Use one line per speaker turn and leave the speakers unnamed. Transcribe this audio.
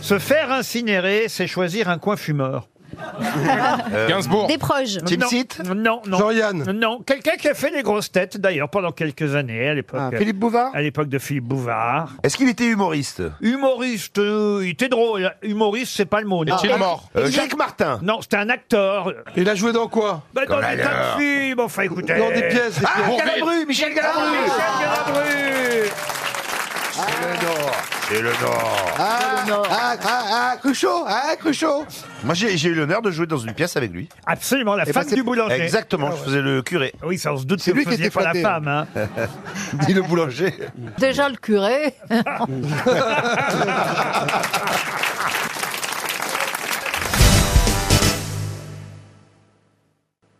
Se faire incinérer, c'est choisir un coin fumeur.
Gainsbourg.
Des proches.
non, Non, non.
Jean-Yann.
Non, quelqu'un qui a fait les grosses têtes d'ailleurs pendant quelques années à l'époque.
Ah,
euh,
Philippe Bouvard.
à l'époque de Philippe Bouvard.
Est-ce qu'il était humoriste
Humoriste, euh, il était drôle. Humoriste, c'est pas le mot. non. Ah,
Est-il mort
Euh, Jacques Martin.
Non, c'était un acteur.
Ah. Il a joué dans quoi
Bah, dans
Comme
des tas
alors.
de films, enfin écoutez.
Dans
Eh.
des pièces.
Ah,
des pièces.
Galabru, Michel Galabru
Michel Galabru
C'est le Nord. C'est le Nord.
Ah, ah, ah, ah, Cruchot, ah, Cruchot.
Moi, j'ai j'ai eu l'honneur de jouer dans une pièce avec lui.
Absolument, la
Eh
femme
ben, c'est-
du boulanger.
Exactement, je faisais le curé.
Oui, ça, on se doute
C'est
que
lui
vous
qui
faisiez
était
pas la
flatté.
femme. hein.
Dit le boulanger.
Déjà le curé.